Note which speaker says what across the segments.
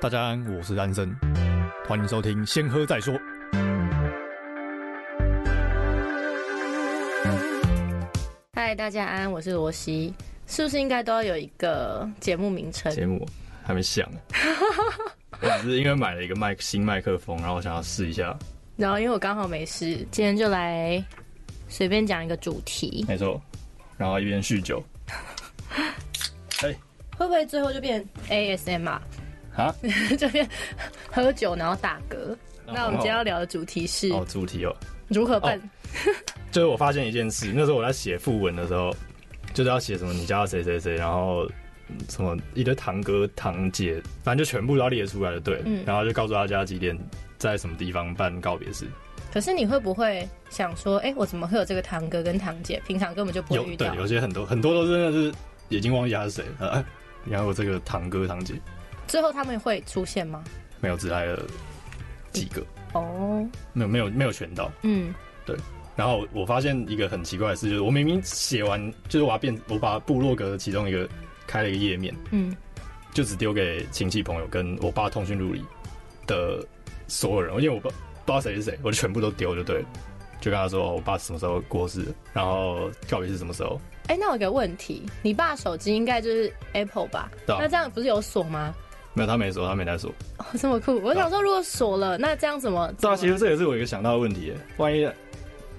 Speaker 1: 大家安，我是安生，欢迎收听《先喝再说》。
Speaker 2: 嗨，大家安，我是罗西。是不是应该都要有一个节目名称？
Speaker 3: 节目还 没想呢，我只是因为买了一个麦新麦克风，然后我想要试一下。
Speaker 2: 然后因为我刚好没事，今天就来随便讲一个主题，
Speaker 3: 没错，然后一边酗酒。哎、
Speaker 2: 会不会最后就变 ASM 啊？
Speaker 3: 啊，
Speaker 2: 就变喝酒然后打嗝？那我们今天要聊的主题是
Speaker 3: 哦，主题哦，
Speaker 2: 如何办？
Speaker 3: 就是我发现一件事，那时候我在写副文的时候，就是要写什么你叫谁谁谁，然后嗯什么一堆堂哥堂姐，反正就全部都要列出来的，对，
Speaker 2: 嗯
Speaker 3: 然后就告诉大家几点在什么地方办告别式，
Speaker 2: 可是你会不会想说，哎、我怎么会有这个堂哥跟堂姐？平常根本就不
Speaker 3: 有
Speaker 2: 会遇
Speaker 3: 对
Speaker 2: 到，。
Speaker 3: 有些很多很多都真的是已经忘记他是谁 了，哎然后我这个堂哥堂姐
Speaker 2: 最后他们会出现吗？
Speaker 3: 没有只来了几个。
Speaker 2: 哦，
Speaker 3: 没有没有没有选到。
Speaker 2: 嗯，
Speaker 3: 然后我发现一个很奇怪的事，就是我明明写完，就是我把变，我把部落格其中一个开了一个页面，
Speaker 2: 嗯，
Speaker 3: 就只丢给亲戚朋友跟我爸通讯录里的所有人，因为我不不知道谁是谁，我就全部都丢就对了。就跟他说、哦我爸什么时候过世，然后告别是什么时候，
Speaker 2: 哎、那我有个问题，你爸手机应该就是 Apple 吧？
Speaker 3: 对啊
Speaker 2: 那这样不是有锁吗？
Speaker 3: 没有他没说，他没来说。
Speaker 2: 哦，这么酷！我想说，如果锁了，那这样怎么？
Speaker 3: 对啊，其
Speaker 2: 怎么
Speaker 3: 实这也是我一个想到的问题耶，万一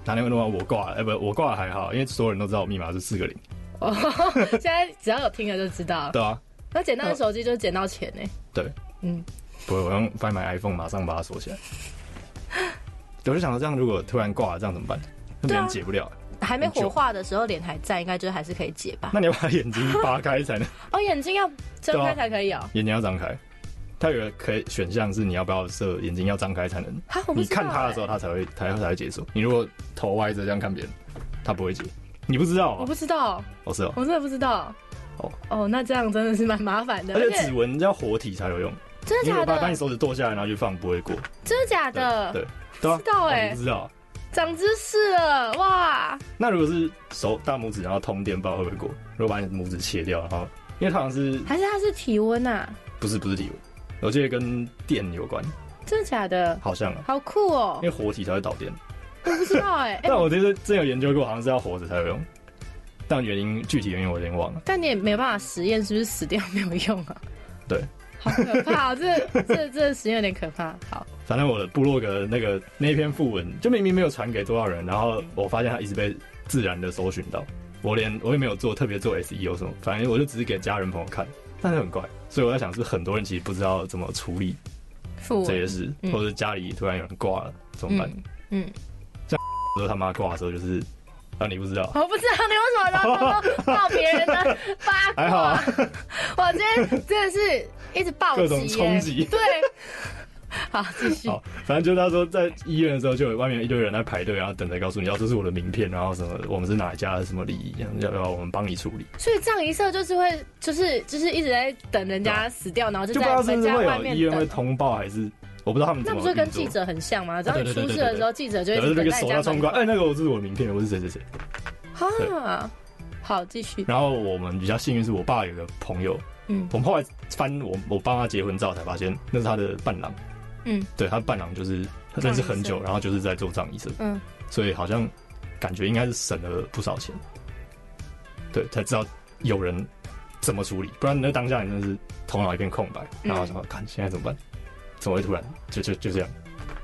Speaker 3: 哪天的话我挂了，哎、不，我挂了还好，因为所有人都知道我密码是四个零，
Speaker 2: 哦，现在只要有听了就知道。
Speaker 3: 对啊，
Speaker 2: 那捡到手机就是捡到钱呢、
Speaker 3: 对，
Speaker 2: 嗯，
Speaker 3: 不会，我用 Find My iPhone 马上把它锁起来。 我就想到这样，如果突然挂了，这样怎么办？那别
Speaker 2: 啊
Speaker 3: 人解不了。
Speaker 2: 还没火化的时候脸还在，应该就还是可以解吧？
Speaker 3: 那你要把眼睛扒开才能，
Speaker 2: 哦，眼睛要睁
Speaker 3: 对
Speaker 2: 开
Speaker 3: 啊
Speaker 2: 才可以哦、
Speaker 3: 眼睛要张开。它有个可以选项是你要不要设眼睛要张开才能，
Speaker 2: 哈，我不
Speaker 3: 你
Speaker 2: 知道、
Speaker 3: 看它的时候
Speaker 2: 哎
Speaker 3: 它才会才才会解锁。你如果头歪着这样看别人，它不会解。你不知道
Speaker 2: 我
Speaker 3: 啊？
Speaker 2: 不知道，
Speaker 3: 哦是哦，
Speaker 2: 我真的不知道。
Speaker 3: 哦
Speaker 2: 哦，那这样真的是蛮麻烦的，
Speaker 3: 而
Speaker 2: 而
Speaker 3: 且
Speaker 2: 且
Speaker 3: 指纹要活体才有用，
Speaker 2: 真
Speaker 3: 你有
Speaker 2: 的假
Speaker 3: 把把你
Speaker 2: 的？
Speaker 3: 手指剁下来然后去放不会过。
Speaker 2: 真的假
Speaker 3: 对
Speaker 2: 的？
Speaker 3: 对对啊，
Speaker 2: 知道哎
Speaker 3: 哦你不知道啊。
Speaker 2: 长知识了哇！
Speaker 3: 那如果是手大拇指然后通电，不知道会不会过？如果把你的拇指切掉，然后因为它好像是
Speaker 2: 还是它是体温啊？
Speaker 3: 不是不是体温，我记得跟电有关，
Speaker 2: 真的假的？
Speaker 3: 好像啊，
Speaker 2: 好酷哦、
Speaker 3: 因为活体才会导电。
Speaker 2: 我不知道哎、哎
Speaker 3: 但我其实真有研究过，好像是要活着才有用，但原因具体原因我有点忘了。
Speaker 2: 但你也没办法实验，是不是死掉没有用啊？
Speaker 3: 对，
Speaker 2: 好可怕、这这这实验有点可怕。好，
Speaker 3: 反正我的部落格那个那篇副文，就明明没有传给多少人，然后我发现它一直被自然的搜寻到，我连我也没有做特别做 SEO 什么，反正我就只是给家人朋友看，但是很怪，所以我在想是不是很多人其实不知道怎么处理
Speaker 2: 副
Speaker 3: 这些事，
Speaker 2: 嗯
Speaker 3: 或者家里突然有人挂了怎么办？
Speaker 2: 嗯嗯，
Speaker 3: 我说他妈挂的时候就是，啊你不知道，
Speaker 2: 我不知道你为什么要偷偷爆别人的八
Speaker 3: 还好
Speaker 2: 卦
Speaker 3: 啊，
Speaker 2: 我今天真的是一直暴击、
Speaker 3: 各
Speaker 2: 耶
Speaker 3: 种冲击
Speaker 2: 对，好，继续。
Speaker 3: 好，反正就是他说在医院的时候，就有外面有一堆人在排队，然后等着告诉你，哦，这是我的名片，然后什么我们是哪一家的什么礼仪，要不要我们帮你处理？
Speaker 2: 所以这样一射就是会，就是就是一直在等人家死掉，然后就
Speaker 3: 就不
Speaker 2: 在
Speaker 3: 知道是
Speaker 2: 人
Speaker 3: 不是
Speaker 2: 家
Speaker 3: 会
Speaker 2: 外
Speaker 3: 有医
Speaker 2: 面
Speaker 3: 院会
Speaker 2: 等。
Speaker 3: 通报，还是我不知道他们怎
Speaker 2: 那
Speaker 3: 么
Speaker 2: 不是跟
Speaker 3: 运作
Speaker 2: 记，者很像吗？只要你
Speaker 3: 对
Speaker 2: 出
Speaker 3: 对对
Speaker 2: 事的时候，记者就会
Speaker 3: 然后
Speaker 2: 一直
Speaker 3: 那个
Speaker 2: 等在
Speaker 3: 手
Speaker 2: 你
Speaker 3: 要
Speaker 2: 家
Speaker 3: 冲
Speaker 2: 门
Speaker 3: 过
Speaker 2: 口。
Speaker 3: 来，哎，那个我是我的名片，我是谁谁谁。
Speaker 2: 哈，好，继续。
Speaker 3: 然后我们比较幸运是我爸有个朋友，
Speaker 2: 嗯
Speaker 3: 我们后来翻我我爸妈结婚照才发现，那是他的伴郎，
Speaker 2: 嗯
Speaker 3: 对他伴郎就是他认识很久，然后就是在做葬仪社，
Speaker 2: 嗯。
Speaker 3: 所以好像感觉应该是省了不少钱，对，才知道有人怎么处理，不然那当下你真的是头脑一片空白，
Speaker 2: 嗯
Speaker 3: 然后想看现在怎么办，怎么会突然就就就这样？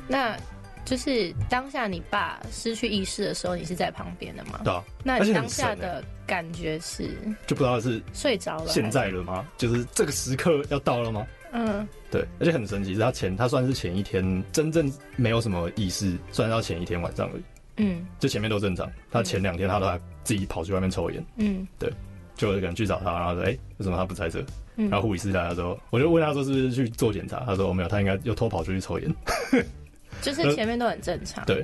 Speaker 2: 那就是当下你爸失去意识的时候，你是在旁边的吗？
Speaker 3: 对啊，
Speaker 2: 那
Speaker 3: 而
Speaker 2: 你
Speaker 3: 且
Speaker 2: 当
Speaker 3: 很神
Speaker 2: 下
Speaker 3: 欸
Speaker 2: 的感觉是
Speaker 3: 就不知道是
Speaker 2: 睡着了？
Speaker 3: 现？在了吗？就是这个时刻要到了吗？
Speaker 2: 嗯，
Speaker 3: 对，而且很神奇，是他前他算是前一天真正没有什么意识，算是到前一天晚上而已，
Speaker 2: 嗯
Speaker 3: 就前面都正常。他前两天他都还自己跑去外面抽烟，
Speaker 2: 嗯
Speaker 3: 就有人去找他，然后说：“哎、为什么他不在这？”
Speaker 2: 嗯。
Speaker 3: 然后护理师来的时候，我就问他说是不是去做检查，他说哦没有，他应该又偷跑出去抽烟。
Speaker 2: 就是前面都很正常。
Speaker 3: 呃对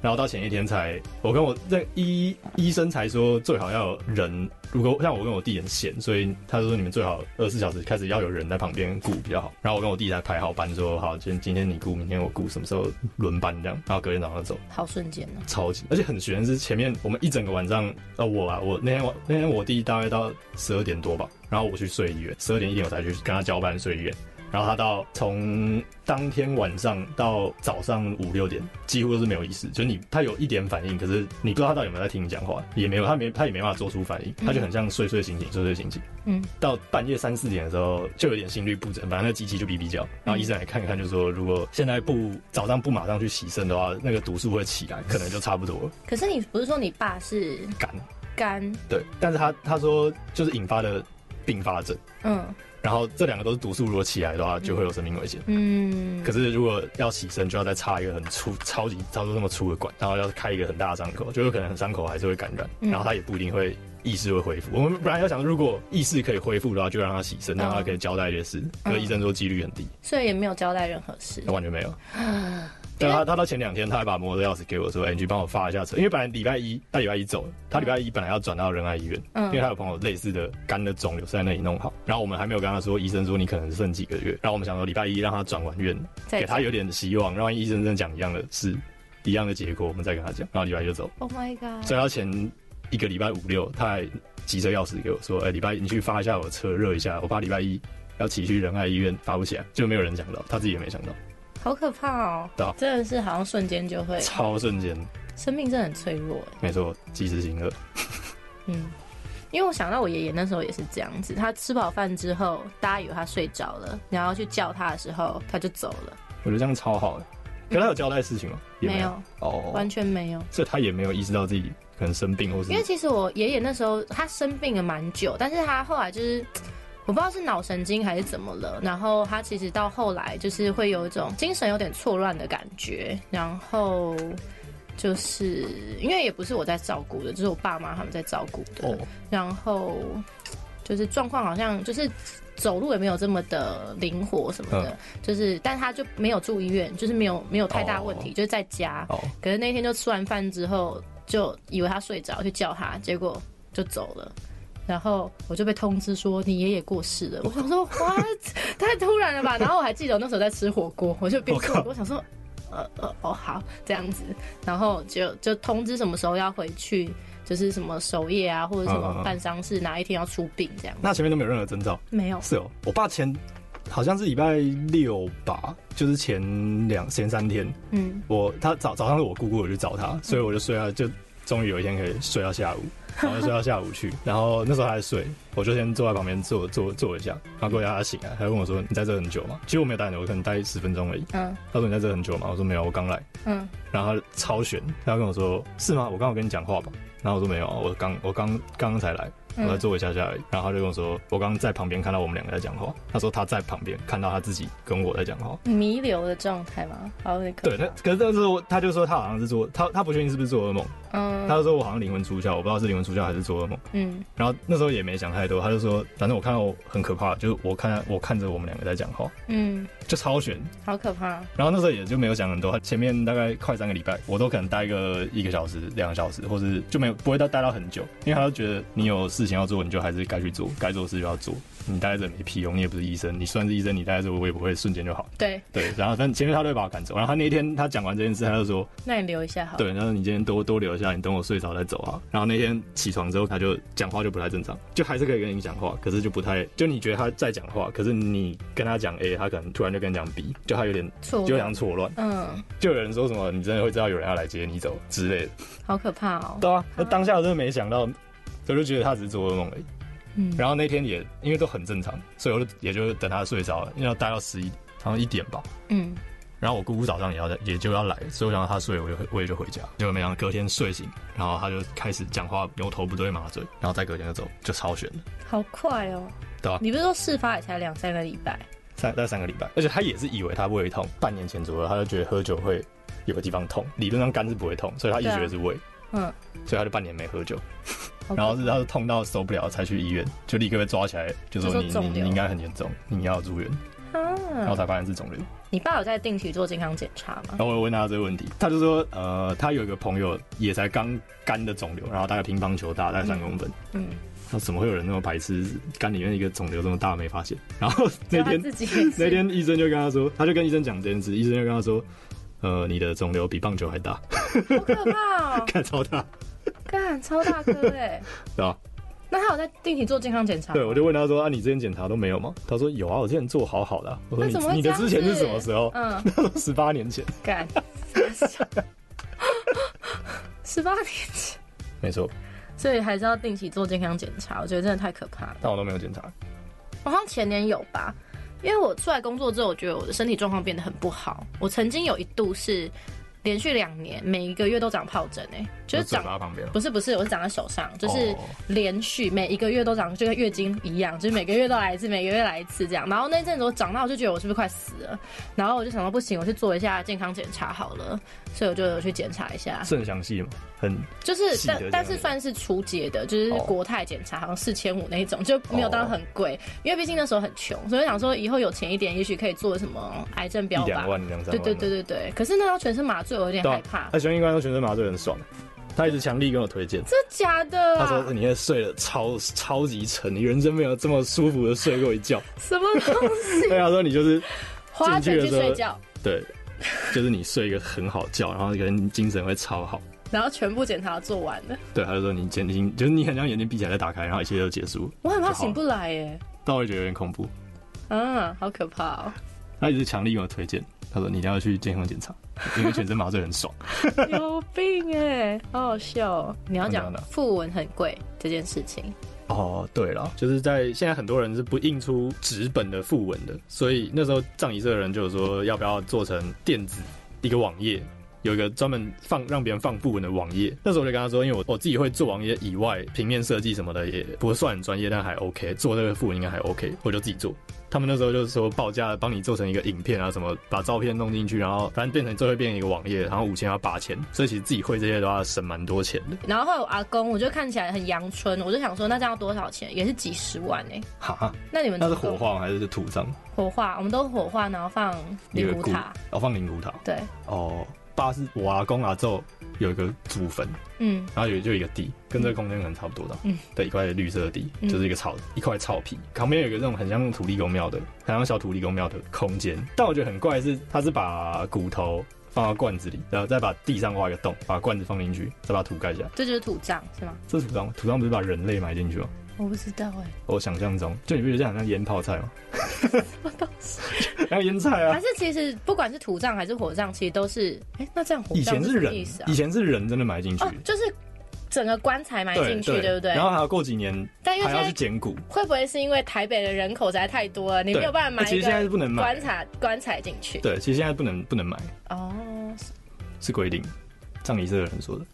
Speaker 3: 然后到前一天才，我跟我那医医生才说最好要有人，如果像我跟我弟很闲，所以他说你们最好二十四小时开始要有人在旁边顾比较好。然后我跟我弟才排好班说好，今今天你顾，明天我顾，什么时候轮班这样，然后隔天早上走。
Speaker 2: 好瞬间哦呢、
Speaker 3: 超级，而且很悬是前面我们一整个晚上，呃，我啊，我那天我那天我弟大概到十二点多吧，然后我去睡医院，十二点一点我才去跟他交班睡医院，然后他到从当天晚上到早上五六点，几乎都是没有意识，就是你他有一点反应，可是你不知道他到底有没有在听你讲话，也没有，他没他也没办法做出反应，他就很像睡睡醒醒睡睡醒醒。
Speaker 2: 嗯，
Speaker 3: 到半夜三四点的时候，就有点心律不整，反正那机器就哔哔叫。然后医生来看一看，就说如果现在不早上不马上去洗肾的话，那个毒素会起来，可能就差不多了。
Speaker 2: 可是你不是说你爸是
Speaker 3: 干
Speaker 2: 肝？
Speaker 3: 对，但是他他说就是引发的并发症，
Speaker 2: 嗯
Speaker 3: 然后这两个都是毒素，如果起来的话就会有生命危险。
Speaker 2: 嗯，
Speaker 3: 可是如果要洗身，就要再插一个很粗、超级差不多那么粗的管，然后要开一个很大的伤口，就有可能伤口还是会感染，
Speaker 2: 嗯
Speaker 3: 然后他也不一定会意识会恢复。我们本来要想，如果意识可以恢复的话，就让他洗
Speaker 2: 嗯
Speaker 3: 身，让他可以交代一些事。可是医生说几率很低，
Speaker 2: 所以也没有交代任何事
Speaker 3: 他。完全没有。
Speaker 2: 嗯
Speaker 3: 但他他到前两天，他还把摩托车钥匙给我说：“哎、你去帮我发一下车，因为本来礼拜一，他礼拜一走了，他礼拜一本来要转到仁爱医院，
Speaker 2: 嗯
Speaker 3: 因为他有朋友类似的肝的肿瘤是在那里弄好。然后我们还没有跟他说，医生说你可能剩几个月。然后我们想说礼拜一让他转完院，
Speaker 2: 再
Speaker 3: 给他
Speaker 2: 讲
Speaker 3: 有点希望，让万一医生真的讲一样的事，一样的结果，我们再跟他讲。然后礼拜一就走，
Speaker 2: Oh my god！
Speaker 3: 所以他前一个礼拜五六，他还急着钥匙给我说：“哎、礼拜一你去发一下我的车，热一下，我怕礼拜一要骑去仁爱医院发不起来。”就没有人想到，他自己也没想到，
Speaker 2: 好可怕哦、
Speaker 3: 对啊
Speaker 2: 真的是好像瞬间就会，
Speaker 3: 超瞬间，
Speaker 2: 生命真的很脆弱哎。
Speaker 3: 没错，及时行乐。
Speaker 2: 嗯，因为我想到我爷爷那时候也是这样子，他吃饱饭之后，大家以为他睡着了，然后去叫他的时候，他就走了，
Speaker 3: 我觉得这样超好的。可他有交代事情吗？也
Speaker 2: 没
Speaker 3: 有
Speaker 2: 有，
Speaker 3: 哦，
Speaker 2: 完全没有。
Speaker 3: 所以他也没有意识到自己可能生病或是
Speaker 2: 因为其实我爷爷那时候他生病了蛮久，但是他后来就是。我不知道是脑神经还是怎么了，然后他其实到后来就是会有一种精神有点错乱的感觉，然后就是因为也不是我在照顾的，就是我爸妈他们在照顾的，
Speaker 3: 哦，
Speaker 2: 然后就是状况好像就是走路也没有这么的灵活什么的，就是但他就没有住医院，就是没有没有太大问题，
Speaker 3: 哦
Speaker 2: 就是在家。
Speaker 3: 哦，
Speaker 2: 可是那天就吃完饭之后，就以为他睡着，去叫他，结果就走了。然后我就被通知说你爷爷过世了，我想说哇， 太突然了吧！然后我还记得我那时候在吃火锅，我就边吃火锅想说，呃呃哦好这样子，然后就就通知什么时候要回去，就是什么守夜啊，或者
Speaker 3: 嗯
Speaker 2: 什
Speaker 3: 嗯
Speaker 2: 么
Speaker 3: 嗯
Speaker 2: 办丧事，哪一天要出殡这样。
Speaker 3: 那前面都没有任何征兆。
Speaker 2: 没有，
Speaker 3: 是哦，我爸前好像是礼拜六吧，就是前两前三天，
Speaker 2: 嗯，
Speaker 3: 我他早早上是我姑姑我去找他，所以我就睡到就终于有一天可以睡到下午，然后就睡到下午去， 然后那时候他还在睡，我就先坐在旁边坐坐坐一下，然后过一下他醒来，他就问我说你在这很久吗？其实我没有待很久，我可能待十分钟而已。
Speaker 2: 嗯
Speaker 3: 他说你在这很久吗？我说没有，我刚来。
Speaker 2: 嗯，
Speaker 3: 然后他超悬，他跟我说是吗？我刚好跟你讲话吧。然后我说没有，啊我刚我刚刚刚才来，我
Speaker 2: 嗯
Speaker 3: 在坐一下下而已。然后他就跟我说，我刚刚在旁边看到我们两个在讲话。他说他在旁边看到他自己跟我在讲话。
Speaker 2: 弥留的状态嘛，好有点可
Speaker 3: 对，那可是那时候他就说他好像是做他他不确定是不是做噩梦，他
Speaker 2: 嗯
Speaker 3: 就说我好像灵魂出窍，我不知道是灵魂出窍还是做噩梦。
Speaker 2: 嗯
Speaker 3: 然后那时候也没想太多，他就说反正我看到很可怕，就是我看我看着我们两个在讲话，
Speaker 2: 嗯，
Speaker 3: 就超悬。
Speaker 2: 好可怕，
Speaker 3: 然后那时候也就没有想很多，前面大概快三个礼拜，我都可能待个一个小时、两个小时，或是就没有不会到待到很久，因为他就觉得你有事情要做，你就还是该去做，该做的事就要做，你待在这没屁用，你也不是医生，你算是医生，你待在这我也不会瞬间就好。
Speaker 2: 对，
Speaker 3: 对，然后但前面他都会把我赶走，然后他那一天他讲完这件事，他就说，
Speaker 2: 那你留一下好了，
Speaker 3: 对，然后你今天多多留一下，你等我睡着再走啊。然后那天起床之后，他就讲话就不太正常，就还是可以跟你讲话，可是就不太，就你觉得他在讲话，可是你跟他讲 A，他可能突然就跟你讲 B，就他有点
Speaker 2: 错
Speaker 3: 就有点错乱。
Speaker 2: 嗯，
Speaker 3: 就有人说什么你真的会知道有人要来接你走之类的。
Speaker 2: 好可怕哦，
Speaker 3: 对啊，那当下我真的没想到，我就觉得他只是做噩梦而已。
Speaker 2: 嗯，
Speaker 3: 然后那天也因为都很正常，所以我就也就等他睡着了，因为要待到十一好像一点吧。
Speaker 2: 嗯，
Speaker 3: 然后我姑姑早上也要也就要来，所以我想让他睡，我就我也就回家。结果没想到隔天睡醒，然后他就开始讲话牛头不对马嘴，然后再隔天就走，就超悬了。
Speaker 2: 好快哦。
Speaker 3: 对啊
Speaker 2: 你不是说事发也才两三个礼拜？
Speaker 3: 三大概三个礼拜，而且他也是以为他胃痛，半年前左右他就觉得喝酒会有个地方痛，理论上肝是不会痛，所以他一直觉得是胃，
Speaker 2: 嗯，
Speaker 3: 所以他就半年没喝酒。
Speaker 2: 好
Speaker 3: 然后是他是痛到受不了才去医院，就立刻被抓起来，就说
Speaker 2: 就说
Speaker 3: 你
Speaker 2: 肿
Speaker 3: 你
Speaker 2: 瘤
Speaker 3: 你应该很严重，你要住院，然后
Speaker 2: 啊，
Speaker 3: 才发现是肿瘤。
Speaker 2: 你爸有在定期做健康检查吗
Speaker 3: 然？后我有问他这个问题，他就说呃，他有一个朋友也才刚肝的肿瘤，然后大概乒乓球大，大概三公分。
Speaker 2: 嗯，
Speaker 3: 他怎么会有人那么白痴，肝里面一个肿瘤这么大没发现？然后那
Speaker 2: 他
Speaker 3: 天
Speaker 2: 自己也啊是
Speaker 3: 那天医生就跟他说，他就跟医生讲这件事，医生就跟他说，呃，你的肿瘤比棒球还大， ，
Speaker 2: 好可怕哦
Speaker 3: 看超大，
Speaker 2: 干超大颗哎，
Speaker 3: 对吧？
Speaker 2: 那他有在定期做健康检查？
Speaker 3: 对，我就问他说：“啊，你之前检查都没有吗？”他说：“有啊，我之前做好好的啊、我说
Speaker 2: 那
Speaker 3: 你：“
Speaker 2: 怎么会
Speaker 3: 你的
Speaker 2: 这样
Speaker 3: 之前是
Speaker 2: 子
Speaker 3: 什么时候？”
Speaker 2: 嗯，
Speaker 3: 他说：“十八年前。
Speaker 2: 干，十八年前，”
Speaker 3: 没错，
Speaker 2: 所以还是要定期做健康检查。我觉得真的太可怕了。
Speaker 3: 但我都没有检查。
Speaker 2: 我好像前年有吧，因为我出来工作之后，我觉得我的身体状况变得很不好。我曾经有一度是连续两年，每一个月都长疱疹、欸，哎，就是
Speaker 3: 嘴
Speaker 2: 长
Speaker 3: 巴旁边了。
Speaker 2: 不是不是，我是长在手上，就是
Speaker 3: 哦
Speaker 2: 连续每一个月都长，就跟月经一样，就是每个月都来一次，每个月来一次这样。然后那阵子我长到，我就觉得我是不是快死了？然后我就想到不行，我去做一下健康检查好了，所以我就有去检查一下，
Speaker 3: 是很详细吗？很
Speaker 2: 就是
Speaker 3: 细的
Speaker 2: 但
Speaker 3: 这样
Speaker 2: 但是算是初阶的，就是
Speaker 3: 哦
Speaker 2: 国泰检查，好像四千五那一种，就没有到很贵，因为毕竟那时候很穷，所以想
Speaker 3: 嗯
Speaker 2: 说以后有钱一点，也许可以做什么癌症标
Speaker 3: 一
Speaker 2: 吧
Speaker 3: 两。万、两三万。
Speaker 2: 对对对。对对，可是那要全身麻醉，我有点
Speaker 3: 对啊
Speaker 2: 害怕。
Speaker 3: 他雄性官都全身麻醉很爽，他一直强力跟我推荐。
Speaker 2: 真的假的
Speaker 3: 他说嗯
Speaker 2: 啊？
Speaker 3: 你那睡得超超级沉，你人生没有这么舒服的睡过一 觉。
Speaker 2: 什么东 西？
Speaker 3: 对他说你就是
Speaker 2: 花钱去睡
Speaker 3: 进去的时
Speaker 2: 觉，
Speaker 3: 对，就是你睡一个很好觉，然后可能你精神会超好。
Speaker 2: 然后全部检查做完了，
Speaker 3: 对，他就说你眼睛就是你很像眼睛闭起来再打开，然后一切就结束了，
Speaker 2: 我很怕
Speaker 3: 就好了
Speaker 2: 醒不来耶，
Speaker 3: 但我也觉得有点恐怖。
Speaker 2: 啊，好可怕 哦！
Speaker 3: 他一直强力跟我推荐，他说你一定要去健康检查，因为全身麻醉很爽。
Speaker 2: 有病哎，好好笑哦！你要
Speaker 3: 真
Speaker 2: 讲
Speaker 3: 的
Speaker 2: 讣文很贵这件事情，
Speaker 3: 哦，对了，就是在现在很多人是不印出纸本的副文的，所以那时候葬仪社的人就有说要不要做成电子一个网页。有一个专门放让别人放副文的网页，那时候我就跟他说，因为我我自己会做网页以外，平面设计什么的也不算很专业，但还 OK，做那个副文应该还 OK，我就自己做。他们那时候就是说报价帮你做成一个影片啊，什么把照片弄进去，然后反正变成最后变成一个网页，然后五千要八千，所以其实自己会这些都要省蛮多钱的。
Speaker 2: 然后还有阿公，我就看起来很阳春，我就想说那这样要多少钱？也是几十万哎。
Speaker 3: 哈，
Speaker 2: 那你们
Speaker 3: 那是
Speaker 2: 怎么
Speaker 3: 火化吗还是土葬？
Speaker 2: 火化，我们都火化，然后放
Speaker 3: 一
Speaker 2: 灵
Speaker 3: 个
Speaker 2: 骨
Speaker 3: 骨
Speaker 2: 塔，
Speaker 3: 哦，放灵骨塔
Speaker 2: 对，
Speaker 3: 哦。爸是我阿公阿宙啊有一个祖坟，
Speaker 2: 嗯，
Speaker 3: 然后有就有一个地，跟这个空间可能差不多的，
Speaker 2: 嗯，
Speaker 3: 对，一块绿色的地，
Speaker 2: 嗯
Speaker 3: 就是一个草，一块草皮，旁边有一个那种很像土地公庙的，很像小土地公庙的空间。但我觉得很怪的是，他是把骨头放到罐子里，然后再把地上挖一个洞，把罐子放进去，再把土盖起来。
Speaker 2: 这就是土葬是吗？
Speaker 3: 这是土葬吗，土葬不是把人类埋进去吗？
Speaker 2: 我不知道哎，
Speaker 3: 我哦想象中，就你不觉得这很像腌泡菜吗？
Speaker 2: 我都是。
Speaker 3: 像腌菜啊
Speaker 2: 还。是其实不管是土葬还是火葬，其实都是哎，那这样火
Speaker 3: 以
Speaker 2: 葬
Speaker 3: 前
Speaker 2: 是
Speaker 3: 是
Speaker 2: 什么
Speaker 3: 人
Speaker 2: 意思，啊
Speaker 3: 以？前是人真的埋进去
Speaker 2: 哦，，就是整个棺材埋进去，对不对？
Speaker 3: 然后还有过几年
Speaker 2: 但因为
Speaker 3: 还
Speaker 2: 现
Speaker 3: 要
Speaker 2: 在
Speaker 3: 去捡骨，
Speaker 2: 会不会是因为台北的人口实在太多了，你
Speaker 3: 对
Speaker 2: 没有办法
Speaker 3: 那
Speaker 2: 买
Speaker 3: 其
Speaker 2: 一
Speaker 3: 实现在是
Speaker 2: 个
Speaker 3: 不能买
Speaker 2: 棺
Speaker 3: 的。
Speaker 2: 材棺材进去？
Speaker 3: 对，其实现在不能不能买，
Speaker 2: 哦，
Speaker 3: 是规定，葬仪社的人说的。